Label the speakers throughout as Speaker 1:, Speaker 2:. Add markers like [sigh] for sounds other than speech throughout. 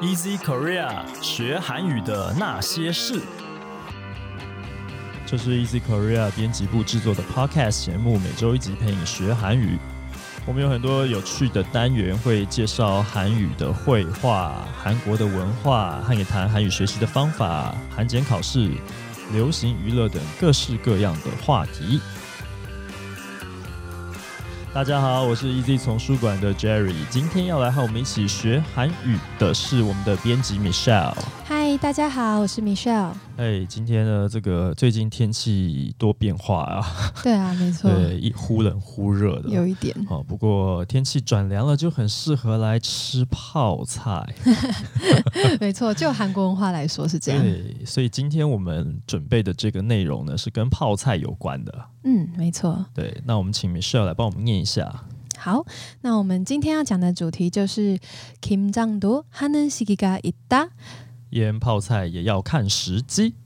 Speaker 1: Easy Korea 学韩语的那些事。这是 Easy Korea 编辑部制作的 Podcast 节目，每周一集陪你学韩语。我们有很多有趣的单元，会介绍韩语的绘画、韩国的文化、汉语谈韩语学习的方法、韩检考试、流行娱乐等各式各样的话题。大家好，我是 EZ 丛书馆的 Jerry，今天要来和我们一起学韩语的是我们的编辑 Michelle。
Speaker 2: 嗨，大家好，我是 Michelle。
Speaker 1: 哎，今天呢，这个最近天气多变化啊，
Speaker 2: 对啊，没错，
Speaker 1: 对，一忽冷忽热的。
Speaker 2: 有一
Speaker 1: [laughs]
Speaker 2: 点。
Speaker 1: 哦，不过天气转凉了，就很适合来吃泡菜。
Speaker 2: 没错，就韩国文化来说是这样。
Speaker 1: 对，所以今天我们准备的这个内容呢，是跟泡菜有关的。
Speaker 2: 嗯，没错。
Speaker 1: 对，那我们请 Michelle 来帮我们念一下。
Speaker 2: 好，那我们今天要讲的主题就是김장도하는시기가있다。
Speaker 1: 腌泡菜也要看时机。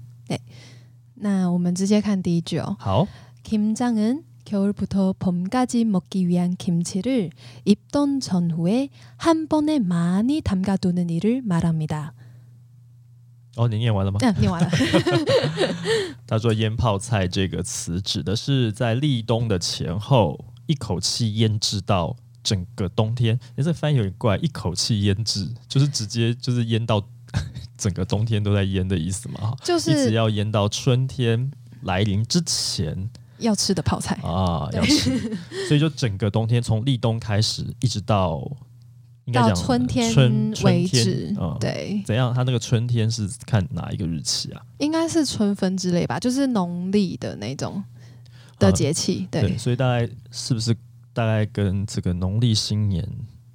Speaker 2: 那我们直接看第一句哦。
Speaker 1: 好，
Speaker 2: 김장은 겨울부터 봄까지 먹기 위한 김치를 입던 전후에 한 번에 많이 담가두는 일을 말합니다. 아,
Speaker 1: 哦，你念完了吗？
Speaker 2: 嗯，念
Speaker 1: [laughs]
Speaker 2: 完了。
Speaker 1: 他说“腌泡菜”这个词指的是在立冬的前后，一口气腌制到整个冬天。你这翻译有点怪，一口气腌制就是直接就是腌到 [laughs] 整个冬天都在腌的意思嘛？哈
Speaker 2: 就
Speaker 1: 一直
Speaker 2: [laughs] 是
Speaker 1: 要腌到春天来临之前
Speaker 2: 要吃的泡菜。
Speaker 1: 啊，
Speaker 2: 对
Speaker 1: 要
Speaker 2: [laughs]
Speaker 1: 吃。所以就整个冬天从立冬开始，一直到应该
Speaker 2: 到
Speaker 1: 讲
Speaker 2: 春天
Speaker 1: 春春
Speaker 2: 为
Speaker 1: 天
Speaker 2: 止，
Speaker 1: 嗯
Speaker 2: 对，
Speaker 1: 怎样？他那个春天是看哪一个日期啊？
Speaker 2: 应该是春分之类吧，就是农历的那种的
Speaker 1: 啊
Speaker 2: 节气。对，
Speaker 1: 所以大概是不是大概跟这个农历新年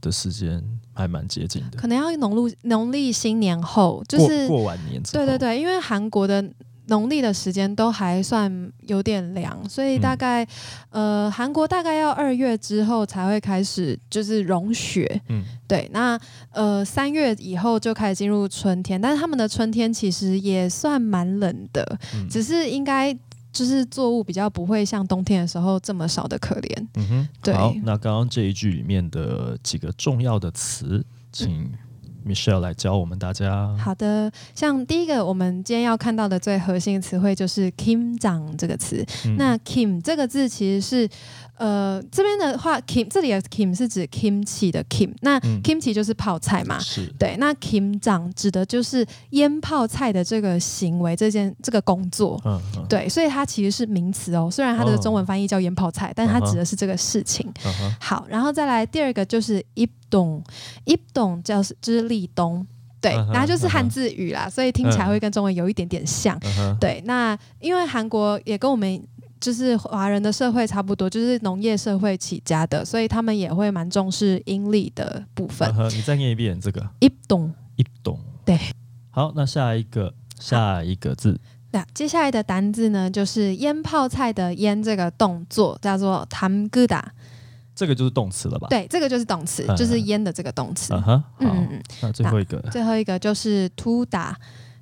Speaker 1: 的时间还蛮接近的？
Speaker 2: 可能要农历农历新年后，就
Speaker 1: 过
Speaker 2: 是
Speaker 1: 过完年之后，
Speaker 2: 对对，对，因为韩国的农历的时间都还算有点凉，所以
Speaker 1: 嗯
Speaker 2: 大概、呃，韩国大概要二月之后才会开始就是融雪。
Speaker 1: 嗯，
Speaker 2: 对，那呃三月以后就开始进入春天，但是他们的春天其实也算蛮冷的，
Speaker 1: 嗯
Speaker 2: 只是应该。就是作物比较不会像冬天的时候这么少的可怜。
Speaker 1: 嗯哼，
Speaker 2: 对
Speaker 1: 好，那刚刚这一句里面的几个重要的词，请 Michelle 来教我们大家。
Speaker 2: 嗯好的，像第一个我们今天要看到的最核心的词汇就是 “kim 长”这个词。
Speaker 1: 嗯
Speaker 2: 那 “kim” 这个字其实是呃这边的话，“kim” 这里的 “kim” 是指 “kimchi” 的 “kim”，那
Speaker 1: 嗯
Speaker 2: “kimchi” 就是泡菜嘛。
Speaker 1: 是
Speaker 2: 对，那 “kim 长”指的就是腌泡菜的这个行为，这件这个工作。
Speaker 1: 嗯嗯
Speaker 2: 对，所以它其实是名词哦，虽然它的
Speaker 1: 哦
Speaker 2: 中文翻译叫腌泡菜，但它
Speaker 1: 嗯哼
Speaker 2: 指的是这个事情。
Speaker 1: 嗯哼
Speaker 2: 好，然后再来第二个就是一冬，一冬就是就是立冬，对，
Speaker 1: 嗯哼
Speaker 2: 然后就是汉字语啦，所以听起来会跟中文有一点点像。
Speaker 1: 嗯哼，
Speaker 2: 对，那因为韩国也跟我们。就是华人的社会差不多，就是农业社会起家的，所以他们也会蛮重视阴历的部分
Speaker 1: 嗯。哼，你再念一遍这个
Speaker 2: 一冬，
Speaker 1: 一懂。
Speaker 2: 对，
Speaker 1: 好，那下一个下一个字，
Speaker 2: 那接下来的单字呢，就是腌泡菜的腌这个动作叫做 tam g u d a
Speaker 1: 这个就是动词了吧？，
Speaker 2: 对，这个就是动词，
Speaker 1: 嗯
Speaker 2: 就是腌的这个动词。
Speaker 1: 嗯哼，
Speaker 2: 嗯
Speaker 1: 好
Speaker 2: 嗯，嗯。
Speaker 1: 那最后一个
Speaker 2: 最后一个就是突打，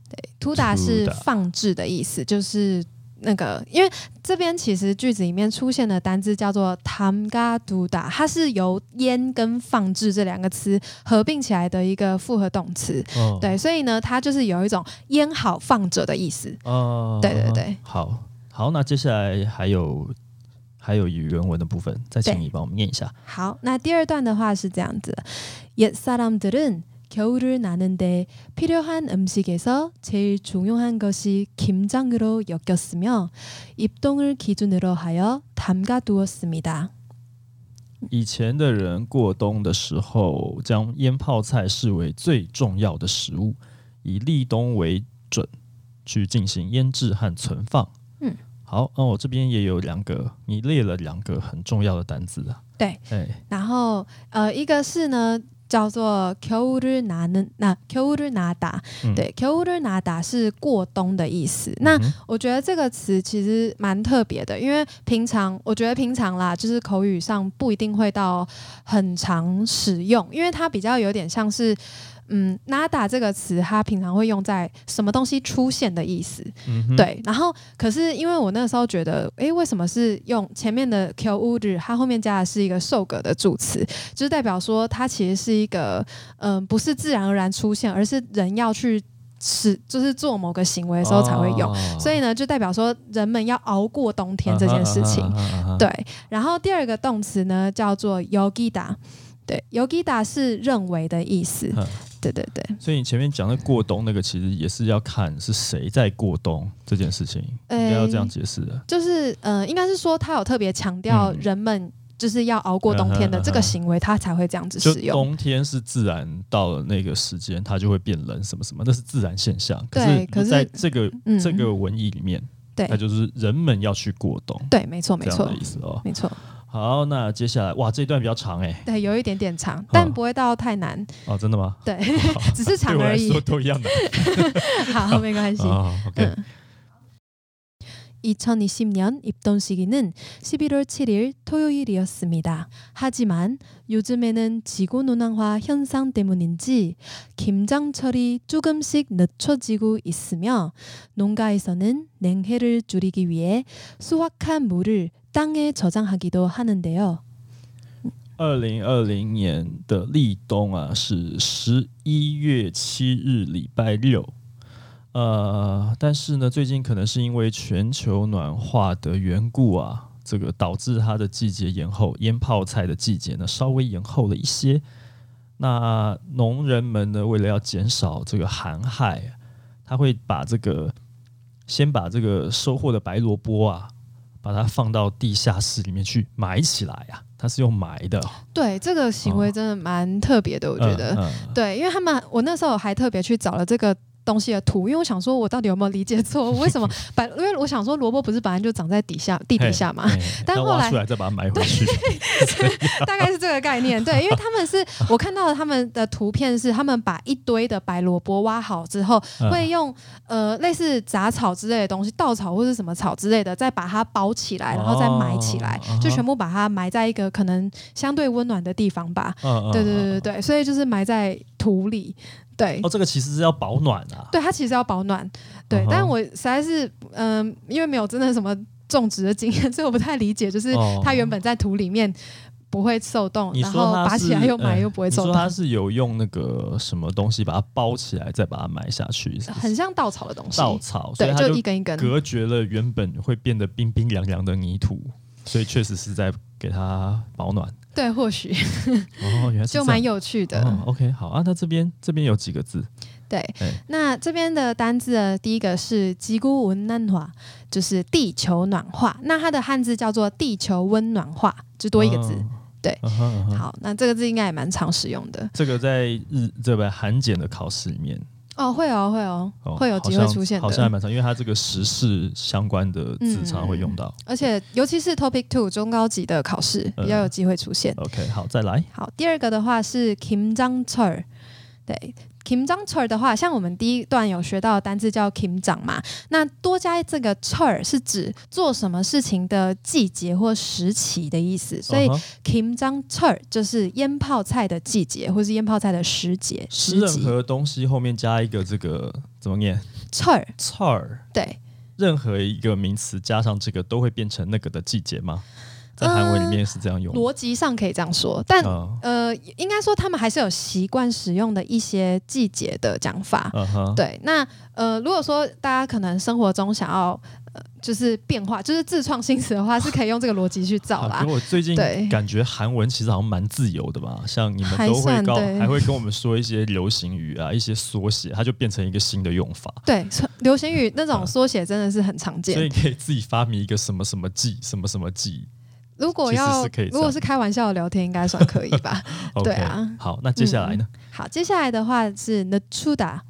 Speaker 2: 对，突打是放置的意思，就是那个，因为这边其实句子里面出现的单字叫做 tamga 突打，它是由腌跟放置这两个词合并起来的一个复合动词，
Speaker 1: 哦，
Speaker 2: 对，所以呢，它就是有一种腌好放着的意思。
Speaker 1: 哦，
Speaker 2: 对对对，
Speaker 1: 好好，那接下来还有还有原文的部分，再请
Speaker 2: 对
Speaker 1: 你帮我们念一下。
Speaker 2: 好，那第二段的话是这样子：옛사람들은겨울을나는데필요한음식에서제일중요한것이김장으로여겼으며입동을기준으로하여담가두었습니다。
Speaker 1: 以前的人过冬的时候，将腌泡菜视为最重要的食物，以立冬为准去进行腌制和存放。
Speaker 2: 嗯，
Speaker 1: 好，那、我这边也有两个，你列了两个很重要的单词啊。
Speaker 2: 对，
Speaker 1: 哎，
Speaker 2: 然后呃，一个是呢。叫做겨울을나는那겨울을나다，
Speaker 1: 嗯
Speaker 2: 对，겨울을나다是过冬的意思。那
Speaker 1: 嗯哼
Speaker 2: 我觉得这个词其实蛮特别的，因为平常我觉得平常啦，就是口语上不一定会到很常使用，因为它比较有点像是。嗯，nada 这个词，它平常会用在什么东西出现的意思。
Speaker 1: 嗯哼，
Speaker 2: 对，然后可是因为我那时候觉得，诶，为什么是用前面的 q u 日，它后面加的是一个受格的助词，就是代表说它其实是一个，嗯、不是自然而然出现，而是人要去使，就是做某个行为的时候才会用。
Speaker 1: 哦
Speaker 2: 所以呢，就代表说人们要熬过冬天这件事情。
Speaker 1: 啊哈啊哈啊哈啊哈
Speaker 2: 对，然后第二个动词呢叫做 yogida，对，yogida 是认为的意思
Speaker 1: 嗯。
Speaker 2: 对对对，
Speaker 1: 所以你前面讲的过冬那个，其实也是要看是谁在过冬这件事情，应
Speaker 2: 呃
Speaker 1: 该要这样解释的。
Speaker 2: 就是呃，应该是说他有特别强调
Speaker 1: 嗯
Speaker 2: 人们就是要熬过冬天的这个行为，他才会这样子
Speaker 1: 就
Speaker 2: 使用。
Speaker 1: 冬天是自然到了那个时间，它就会变冷，什么什么，那是自然现象。
Speaker 2: 对
Speaker 1: 可
Speaker 2: 可是
Speaker 1: 在这个、
Speaker 2: 嗯
Speaker 1: 这个文艺里面，
Speaker 2: 对
Speaker 1: 它就是人们要去过冬，
Speaker 2: 对，没错，没
Speaker 1: 这样
Speaker 2: 错
Speaker 1: 的意，思哦。
Speaker 2: 没错。
Speaker 1: 好，那接下来哇，这一段比较长哎、
Speaker 2: 对，有一点点长，但不会到太难，
Speaker 1: 哦，真的吗？
Speaker 2: 对， [laughs] 只是
Speaker 1: 哦对
Speaker 2: 长
Speaker 1: 我
Speaker 2: 而
Speaker 1: 来
Speaker 2: 已
Speaker 1: 说。都一样
Speaker 2: [laughs]
Speaker 1: 的。
Speaker 2: 好，没关系。
Speaker 1: 哦，OK，、
Speaker 2: 嗯 2020년 입던 시기는 11월 7일 토요일이었습니다. 하지만 요즘에는 지구온난화 현상 때문인지 김장철이 조금씩 늦춰지고 있으며 농가에서는 냉해를 줄이기 위해 수확한 물을 땅에 저장하기도 하는데요.
Speaker 1: 二零二零年的立冬啊，是十一月七日，礼拜六。呃，但是呢，最近可能是因为全球暖化的缘故啊，这个导致它的季节延后，腌泡菜的季节呢稍微延后了一些。那农人们呢，为了要减少这个寒害，他会把这个先把这个收获的白萝卜啊，把它放到地下室里面去埋起来啊，它是用埋的哦。
Speaker 2: 对这个行为真的蛮特别的，我觉得。 [laughs]
Speaker 1: 嗯嗯
Speaker 2: 对，因为他们我那时候还特别去找了这个东西的图，因为我想说我到底有没有理解错？
Speaker 1: [laughs]
Speaker 2: 为什么本因为我想说萝卜不是本来就长在底下地底下嘛， [laughs]
Speaker 1: 嘿
Speaker 2: 啊但
Speaker 1: 要
Speaker 2: 后
Speaker 1: 哎挖
Speaker 2: 来
Speaker 1: 出来再把它埋回去。
Speaker 2: 大概是这个概念。对，因为他
Speaker 1: [laughs]
Speaker 2: 们是我看到的他们的图片是他们把一堆的白萝卜挖好之后，
Speaker 1: 嗯
Speaker 2: 会用呃类似杂草之类的东西，稻草或是什么草之类的，再把它包起来，然后再埋起来，
Speaker 1: 哦
Speaker 2: 就全部把它埋在一个可能相对温暖的地方吧。
Speaker 1: [laughs] 嗯
Speaker 2: 对对对对。对，所以就是埋在土里。对
Speaker 1: 嗯，哦，这个其实是要保暖啊。
Speaker 2: 对，它其实要保暖，对。
Speaker 1: 嗯哼
Speaker 2: 但我实在是，嗯、因为没有真的什么种植的经验，所以我不太理解，就是
Speaker 1: 哦
Speaker 2: 它原本在土里面不会受冻，
Speaker 1: 你
Speaker 2: 然
Speaker 1: 说
Speaker 2: 后
Speaker 1: 它
Speaker 2: 拔
Speaker 1: 是
Speaker 2: 起来又埋
Speaker 1: 嗯
Speaker 2: 又不会
Speaker 1: 你
Speaker 2: 受
Speaker 1: 说
Speaker 2: 冻
Speaker 1: 它，是有用那个什么东西把它包起来，再把它埋下去，是不是
Speaker 2: 很像稻草的东西，
Speaker 1: 稻草，所以
Speaker 2: 对，
Speaker 1: 它
Speaker 2: 就
Speaker 1: 就
Speaker 2: 一根一根。
Speaker 1: 隔绝了原本会变得冰冰凉凉的泥土，所以确实是在给它保暖。
Speaker 2: 对，
Speaker 1: [laughs]
Speaker 2: 或许
Speaker 1: 哦，原来是
Speaker 2: 就
Speaker 1: 这
Speaker 2: 蛮
Speaker 1: 样
Speaker 2: 有趣的。
Speaker 1: 哦、OK，好啊，那这边这边有几个字？
Speaker 2: 对
Speaker 1: 哎，
Speaker 2: 那这边的单字的第一个是“吉古温暖化”，就是地球暖化。那它的汉字叫做“地球温暖化”，就多一个字。
Speaker 1: 嗯
Speaker 2: 对
Speaker 1: 嗯哼嗯哼
Speaker 2: 好，那这个字应该也蛮常使用的
Speaker 1: 这个在日这个韩检的考试里面，
Speaker 2: 哦，会哦，会哦，
Speaker 1: 哦、
Speaker 2: 会有
Speaker 1: 好
Speaker 2: 机
Speaker 1: 像
Speaker 2: 会出现的。嗯
Speaker 1: 好像还蛮长，因为它这个时事相关的字常会用到。
Speaker 2: 而且尤其是 Topic Two 中高级的考试
Speaker 1: 嗯
Speaker 2: 比较有机会出现。
Speaker 1: OK，好，再来。
Speaker 2: 好，第二个的话是 Kim Jong Chol，对。Kim Jong Chol 的话，像我们第一段有学到的单字叫 Kim Jong 嘛，那多加这个 Chol 是指做什么事情的季节或时期的意思，所以
Speaker 1: 嗯哼
Speaker 2: Kim Jong Chol 就是腌泡菜的季节或是腌泡菜的时节
Speaker 1: 是
Speaker 2: 时
Speaker 1: 任
Speaker 2: 期
Speaker 1: 何东西后面加一个这个怎么念
Speaker 2: Chol，
Speaker 1: 菜儿，
Speaker 2: 对，
Speaker 1: 任何一个名词加上这个都会变成那个的季节吗？在韩文里面是这样用的。
Speaker 2: 逻辑上可以这样说，但
Speaker 1: 嗯
Speaker 2: 呃，应该说他们还是有习惯使用的一些季节的讲法。
Speaker 1: 嗯哼，
Speaker 2: 对，那呃，如果说大家可能生活中想要呃，就是变化，就是自创新词的话，是可以用这个逻辑去
Speaker 1: 啊
Speaker 2: 找啦
Speaker 1: 可。我最近
Speaker 2: 对
Speaker 1: 感觉韩文其实好像蛮自由的吧，像你们
Speaker 2: 还
Speaker 1: 都会
Speaker 2: 算
Speaker 1: 告，
Speaker 2: 对
Speaker 1: 还会跟我们说一些流行语啊，一些缩写，它就变成一个新的用法。
Speaker 2: 对，流行语那种缩写真的是很常
Speaker 1: 所以
Speaker 2: 见。
Speaker 1: 可以自己发明一个什么什么记，什么什么记。
Speaker 2: 如果
Speaker 1: 其实
Speaker 2: 要
Speaker 1: 是可以这样
Speaker 2: 如果是开玩笑的聊天，应该算可以吧？
Speaker 1: OK，
Speaker 2: 对啊嗯
Speaker 1: 好，那接下来呢？
Speaker 2: 好，接下来的话是 n a t u d a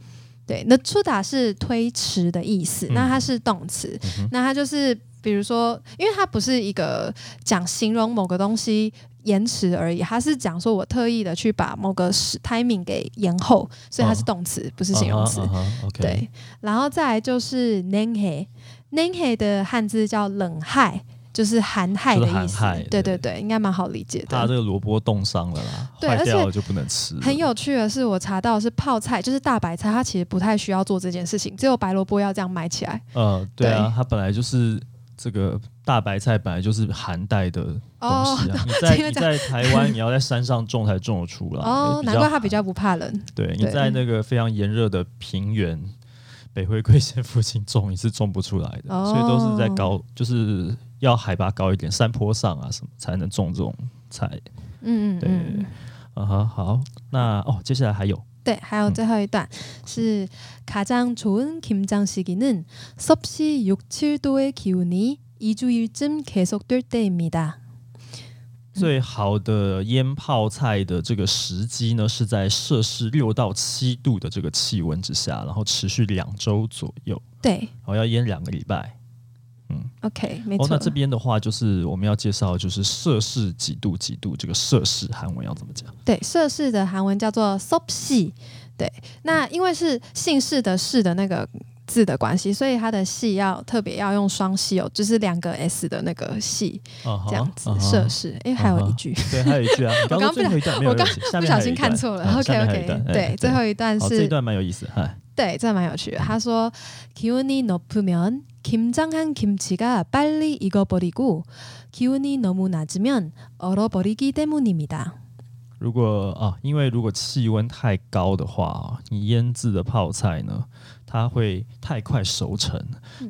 Speaker 2: 对 n a t u d a 是推迟的意思，
Speaker 1: 嗯
Speaker 2: 那它是动词，
Speaker 1: 嗯哼
Speaker 2: 那它就是比如说，因为它不是一个讲形容某个东西延迟而已，它是讲说我特意的去把某个时 timing 给延后，所以它是动词，不是形容词。
Speaker 1: 啊
Speaker 2: [laughs]
Speaker 1: 哈啊哈 OK，
Speaker 2: 对，然后再来就是 n a n h e n a n h e 的汉字叫冷害，就是寒害的
Speaker 1: 就是
Speaker 2: 意思。
Speaker 1: 寒害
Speaker 2: 对
Speaker 1: 对
Speaker 2: 对对，应该蛮好理解
Speaker 1: 怕这
Speaker 2: 的。
Speaker 1: 个萝卜冻伤了啦，
Speaker 2: 对
Speaker 1: 坏
Speaker 2: 而且
Speaker 1: 掉了就不能吃了。
Speaker 2: 很有趣的是，我查到的是泡菜，就是大白菜，它其实不太需要做这件事情，只有白萝卜要这样埋起来。
Speaker 1: 呃，对啊
Speaker 2: 对，
Speaker 1: 它本来就是这个大白菜本来就是寒带的东西
Speaker 2: 哦
Speaker 1: 啊。你
Speaker 2: [laughs]
Speaker 1: 在
Speaker 2: 这个
Speaker 1: 你
Speaker 2: 讲
Speaker 1: 在台湾，你要在山上种才种得出来。
Speaker 2: 哦
Speaker 1: 也，比较
Speaker 2: 难怪它比
Speaker 1: 寒
Speaker 2: 较嗯不怕冷。
Speaker 1: 对，你
Speaker 2: 对
Speaker 1: 在那个非常炎热的平原，北回归线附近种，你是种不出来的，
Speaker 2: 哦
Speaker 1: 所以都是在高，就是要海拔高一点，山坡上啊什么才能种这种菜。
Speaker 2: 嗯嗯
Speaker 1: 对
Speaker 2: 嗯。
Speaker 1: 啊哈，好，那哦，接下来还有
Speaker 2: 对，还
Speaker 1: 嗯
Speaker 2: 有最后一段、是가장좋은김장시기는섭씨6, 7도의 기온이 2주일쯤 계속될 때입니다.
Speaker 1: 最好的腌泡菜的这个时机呢，是在摄氏六到七度的这个气温之下，然后持续两周左右，
Speaker 2: 对
Speaker 1: 然后要腌两个礼拜。
Speaker 2: ，OK，没
Speaker 1: 哦，
Speaker 2: 错。
Speaker 1: 那这边的话就是我们要介绍，就是摄氏几度几度，这个摄氏韩文要怎么讲？
Speaker 2: 对，涉氏的韩文叫做 sop 씨。对，那
Speaker 1: 嗯
Speaker 2: 因为是姓氏的氏的那个字的关系，所以它的系要特别要用双系哦，就是两个 s 的那个系
Speaker 1: 啊哈
Speaker 2: 这样子
Speaker 1: 啊哈
Speaker 2: 涉氏。因为还有一句，
Speaker 1: 对，还有一句啊，你刚刚
Speaker 2: 刚
Speaker 1: 最后一段没有
Speaker 2: 我
Speaker 1: 认
Speaker 2: 刚
Speaker 1: 识，下
Speaker 2: 不
Speaker 1: 面
Speaker 2: 小
Speaker 1: 还有
Speaker 2: 心
Speaker 1: 一
Speaker 2: 看
Speaker 1: 段
Speaker 2: 错了。
Speaker 1: 嗯下
Speaker 2: OK
Speaker 1: 面还有一
Speaker 2: OK，
Speaker 1: 段哎
Speaker 2: 对，最后一段
Speaker 1: 好，这一
Speaker 2: 是
Speaker 1: 段蛮有意思，哎，
Speaker 2: 对，这蛮有趣的。他说기온이 높으면 김장한 김치가 빨리 익어버리고 기온이 너무 낮으면 얼어버리기 때문입니다.
Speaker 1: 如果啊，因为如果气温太高的话啊，你腌制的泡菜呢，它会太快熟成。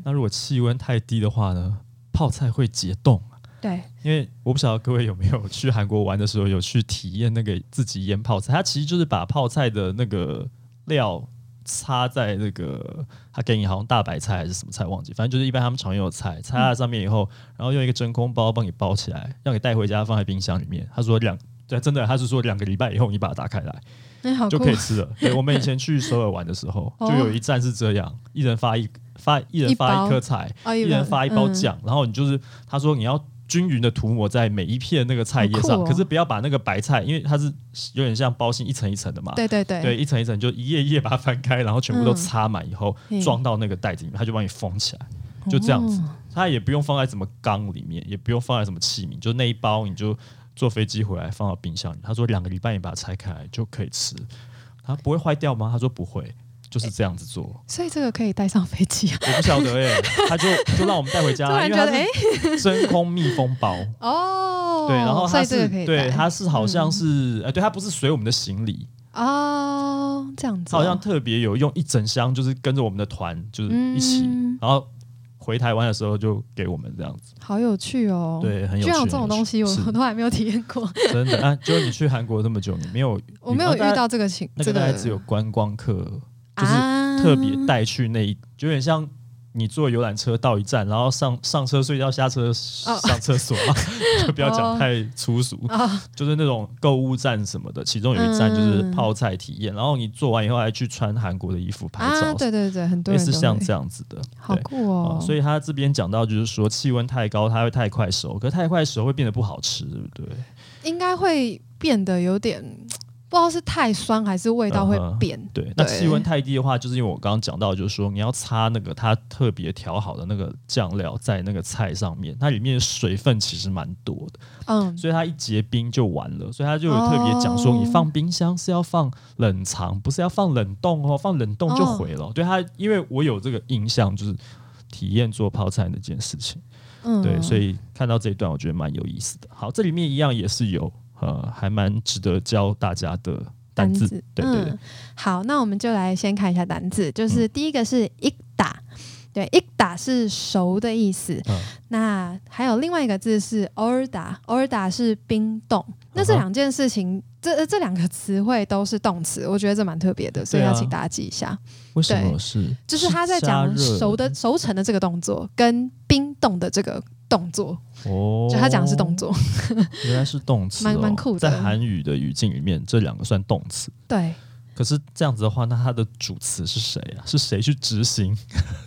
Speaker 1: 那如果气温太低的话呢，泡菜会结冻。
Speaker 2: 对，
Speaker 1: 因为我不晓得各位有没有去韩国玩的时候有去体验那个自己腌泡菜，它其实就是把泡菜的那个料插在那个，它给你好像大白菜还是什么菜忘记，反正就是一般他们常用的菜，插在上面以后，然后用一个真空包帮你包起来，让你带回家放在冰箱里面。他说两。对，真的，他是说两个礼拜以后你把它打开来
Speaker 2: 那、好酷
Speaker 1: 就可以吃了。对，我们以前去首尔玩的时候，
Speaker 2: 哦
Speaker 1: 就有一站是这样，一人发一发，一人
Speaker 2: 一
Speaker 1: 发
Speaker 2: 包
Speaker 1: 一颗菜，
Speaker 2: 哦，
Speaker 1: 一人发一包
Speaker 2: 嗯
Speaker 1: 酱，然后你就是他说你要均匀的涂抹在每一片那个菜叶上，
Speaker 2: 好酷哦
Speaker 1: 可是不要把那个白菜，因为它是有点像包心一层一层的嘛。
Speaker 2: 对对对，
Speaker 1: 一层一层就一页一页把它翻开，然后全部都插满以后，
Speaker 2: 嗯
Speaker 1: 装到那个袋子里面，它就帮你封起来，就这样
Speaker 2: 哦
Speaker 1: 子。它也不用放在什么缸里面，也不用放在什么器皿，就那一包你就坐飞机回来放到冰箱里。他说两个礼拜你把它拆开来就可以吃，它不会坏掉吗？他说不会，就是这样子做。
Speaker 2: 所以这个可以带上飞
Speaker 1: [laughs]
Speaker 2: 机啊。
Speaker 1: 我不晓得哎、他就就让我们带回家
Speaker 2: [laughs] 突
Speaker 1: 啊，因
Speaker 2: 然
Speaker 1: 为它
Speaker 2: 觉得哎
Speaker 1: 是真空密封
Speaker 2: [laughs]
Speaker 1: 包，
Speaker 2: 哦，
Speaker 1: 对，然后
Speaker 2: 所
Speaker 1: 它
Speaker 2: 以这
Speaker 1: 是
Speaker 2: 个可以
Speaker 1: 对，
Speaker 2: 带嗯
Speaker 1: 它是好像是呃，对，它不是随我们的行李，
Speaker 2: 哦，这样子
Speaker 1: 它
Speaker 2: 哦、
Speaker 1: 好像特别有用一整箱，就是跟着我们的团，就是一起，
Speaker 2: 嗯
Speaker 1: 然后回台湾的时候就给我们这样子，
Speaker 2: 好有趣哦。。
Speaker 1: 对，很有
Speaker 2: 居
Speaker 1: 趣，
Speaker 2: 然有这种东西，我
Speaker 1: 很有
Speaker 2: 我
Speaker 1: 趣
Speaker 2: 都还没有体验
Speaker 1: [laughs]
Speaker 2: 过，
Speaker 1: 是真的啊！就是你去韩国这么久，你没有
Speaker 2: 我没有
Speaker 1: 那大概
Speaker 2: 遇到这个情，
Speaker 1: 那
Speaker 2: 这
Speaker 1: 个大
Speaker 2: 个
Speaker 1: 概只有观光客，就是
Speaker 2: 啊
Speaker 1: 特别带去那一，有点像你坐游览车到一站，然后上上车睡觉，下车上厕所嘛，[laughs]
Speaker 2: 哦
Speaker 1: 就不要讲太粗俗，
Speaker 2: 啊，
Speaker 1: 就是那种购物站什么的，其中有一站就是
Speaker 2: 嗯
Speaker 1: 泡菜体验，然后你做完以后还去穿韩国的衣服拍照，
Speaker 2: 啊，对对对，很多
Speaker 1: 类
Speaker 2: 人
Speaker 1: 似
Speaker 2: 都
Speaker 1: 像
Speaker 2: 会
Speaker 1: 这样子的，
Speaker 2: 好
Speaker 1: 对。
Speaker 2: 酷
Speaker 1: 哦
Speaker 2: 哦！
Speaker 1: 所以他这边讲到，就是说气温太高，它会太快熟，可是太快熟会变得不好吃，对不对？
Speaker 2: 应该会变得有点，不知道是太酸还是味道会
Speaker 1: 嗯
Speaker 2: 变。
Speaker 1: 对，那
Speaker 2: 对
Speaker 1: 气温太低的话，就是因为我刚刚讲到，就是说你要擦那个它特别调好的那个酱料在那个菜上面，它里面水分其实蛮多的，
Speaker 2: 嗯，
Speaker 1: 所以它一结冰就完了。所以它就有特别讲说，
Speaker 2: 哦
Speaker 1: 你放冰箱是要放冷藏，不是要放冷冻哦，放冷冻就毁了。对它，因为我有这个印象，就是体验做泡菜那件事情。
Speaker 2: 嗯，
Speaker 1: 对，所以看到这一段，我觉得蛮有意思的。好，这里面一样也是有呃，还蛮值得教大家的单字。对对对嗯
Speaker 2: 嗯，好，那我们就来先看一下单字，就是第一个是一打。对，一打是熟的意思。
Speaker 1: 嗯
Speaker 2: 那还有另外一个字是 orda，orda 是冰冻。那这
Speaker 1: 嗯哼
Speaker 2: 两件事情，这这两个词汇都是动词，我觉得这蛮特别的，所以
Speaker 1: 对啊
Speaker 2: 要请大家记一下。
Speaker 1: 为什
Speaker 2: 对
Speaker 1: 么是？
Speaker 2: 就是他在
Speaker 1: 加
Speaker 2: 讲
Speaker 1: 热
Speaker 2: 熟的熟成的这个动作，跟冰冻的这个动作，
Speaker 1: 哦，
Speaker 2: 就他讲的是动，作。
Speaker 1: 原来是动词、哦，
Speaker 2: 蛮蛮酷的
Speaker 1: 在韩语的语境里面，这两个算动词。
Speaker 2: 对，
Speaker 1: 可是这样子的话，那它的主词是谁啊？是谁去执行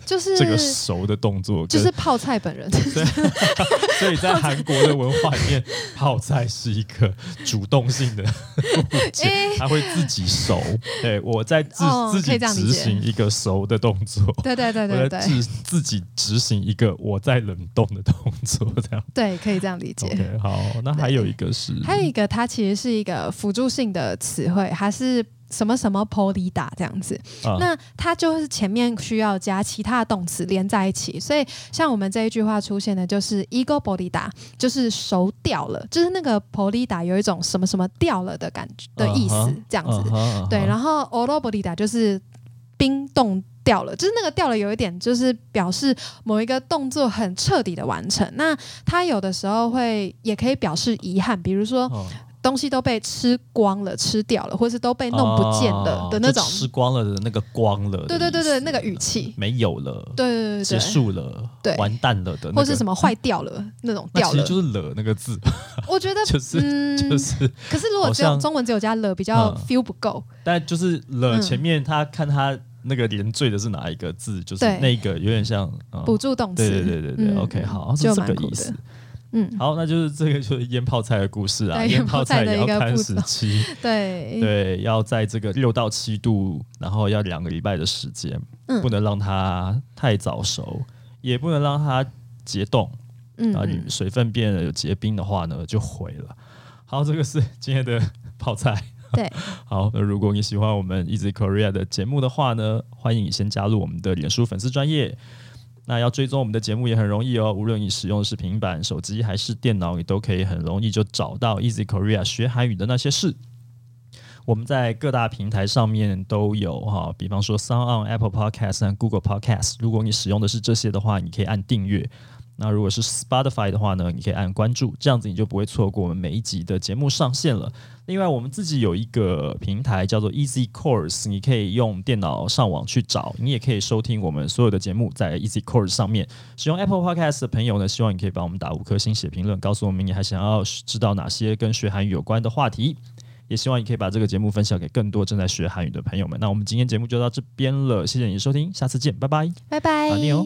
Speaker 2: 就是
Speaker 1: 这个熟的动作？
Speaker 2: 就是泡菜
Speaker 1: [laughs]
Speaker 2: 本人，
Speaker 1: 对， [laughs] 所以在韩国的文化里面，泡菜是一个主动性
Speaker 2: [laughs]
Speaker 1: 的物件，他会自己熟。对我在自、
Speaker 2: 哦
Speaker 1: 自
Speaker 2: 可
Speaker 1: 己
Speaker 2: 以这样理
Speaker 1: 执
Speaker 2: 解
Speaker 1: 行一个熟的动作，
Speaker 2: 对对对对
Speaker 1: 我在
Speaker 2: 对
Speaker 1: 自自己执行一个我在冷冻的动作，这样。
Speaker 2: 对，可以这样理解。
Speaker 1: OK，好，那还有一个是，
Speaker 2: 还有一个，它其实是一个辅助性的词汇，它是什么什么 polida 这样子。
Speaker 1: 啊
Speaker 2: 那它就是前面需要加其他的动词连在一起，所以像我们这一句话出现的就是 ego polida，就是熟掉了，就是那个 polida 有一种什么什么掉了的感觉的意思
Speaker 1: 嗯哼
Speaker 2: 这样子。
Speaker 1: 嗯哼嗯哼
Speaker 2: 对，然后 oro polida 就是冰冻。掉了，就是那个掉了，有一点就是表示某一个动作很彻底的完成。那它有的时候会也可以表示遗憾，比如说
Speaker 1: 哦
Speaker 2: 东西都被吃光了、吃掉了，或是都被弄不见了
Speaker 1: 哦
Speaker 2: 的那
Speaker 1: 就
Speaker 2: 种。
Speaker 1: 吃光了的那个光了的意思，
Speaker 2: 对对对对，那个语气，
Speaker 1: 没有了，
Speaker 2: 对对对
Speaker 1: 结
Speaker 2: 对，
Speaker 1: 束了，
Speaker 2: 对
Speaker 1: 完蛋了的那个，
Speaker 2: 或是什么坏掉了那种
Speaker 1: 那
Speaker 2: 掉
Speaker 1: 其
Speaker 2: 了
Speaker 1: 实。就是“了”那个字，
Speaker 2: 我觉得
Speaker 1: [laughs] 就是
Speaker 2: 嗯，
Speaker 1: 就是，
Speaker 2: 可是如果只有
Speaker 1: 好像
Speaker 2: 中文只有加了，比较
Speaker 1: 嗯
Speaker 2: feel 不够。
Speaker 1: 但就是“了”
Speaker 2: 嗯
Speaker 1: 前面他看他那个连缀的是哪一个字，就是
Speaker 2: 对
Speaker 1: 那个有点像嗯
Speaker 2: 补助动词，
Speaker 1: 对对对对对
Speaker 2: 嗯
Speaker 1: ，OK，好，是
Speaker 2: 就
Speaker 1: 这
Speaker 2: 蛮
Speaker 1: 个
Speaker 2: 酷
Speaker 1: 意思
Speaker 2: 的。。嗯，
Speaker 1: 好，那就是这个就是腌泡菜的故事啊，
Speaker 2: 对
Speaker 1: 腌泡菜也要
Speaker 2: 腌泡菜的一
Speaker 1: 看
Speaker 2: 个
Speaker 1: 时期，
Speaker 2: 对，
Speaker 1: 对，要在这个六到七度，然后要两个礼拜的时间，
Speaker 2: 嗯
Speaker 1: 不能让它太早熟，也不能让它结冻，
Speaker 2: 嗯
Speaker 1: 然后
Speaker 2: 嗯
Speaker 1: 你水分变了有结冰的话呢，就毁了。好，这个是今天的 [laughs] 泡菜。
Speaker 2: 对，
Speaker 1: [laughs] 好，那如果你喜欢我们 Easy Korea 的节目的话呢，欢迎你先加入我们的脸书粉丝专业。那要追踪我们的节目也很容易哦，无论你使用的是平板、手机还是电脑，你都可以很容易就找到 Easy Korea 学韩语的那些事。我们在各大平台上面都有哈，比方说 Sound on Apple Podcast 和 Google Podcast。如果你使用的是这些的话，你可以按订阅。那如果是 Spotify 的话呢，你可以按关注，这样子你就不会错过我们每一集的节目上线了。另外，我们自己有一个平台叫做 Easy Course，你可以用电脑上网去找，你也可以收听我们所有的节目在 Easy Course 上面。使用 Apple Podcast 的朋友呢，希望你可以帮我们打五颗星写评论，告诉我们你还想要知道哪些跟学韩语有关的话题。也希望你可以把这个节目分享给更多正在学韩语的朋友们。那我们今天节目就到这边了，谢谢你的收听，下次见，拜拜。
Speaker 2: 拜拜
Speaker 1: 好你哦。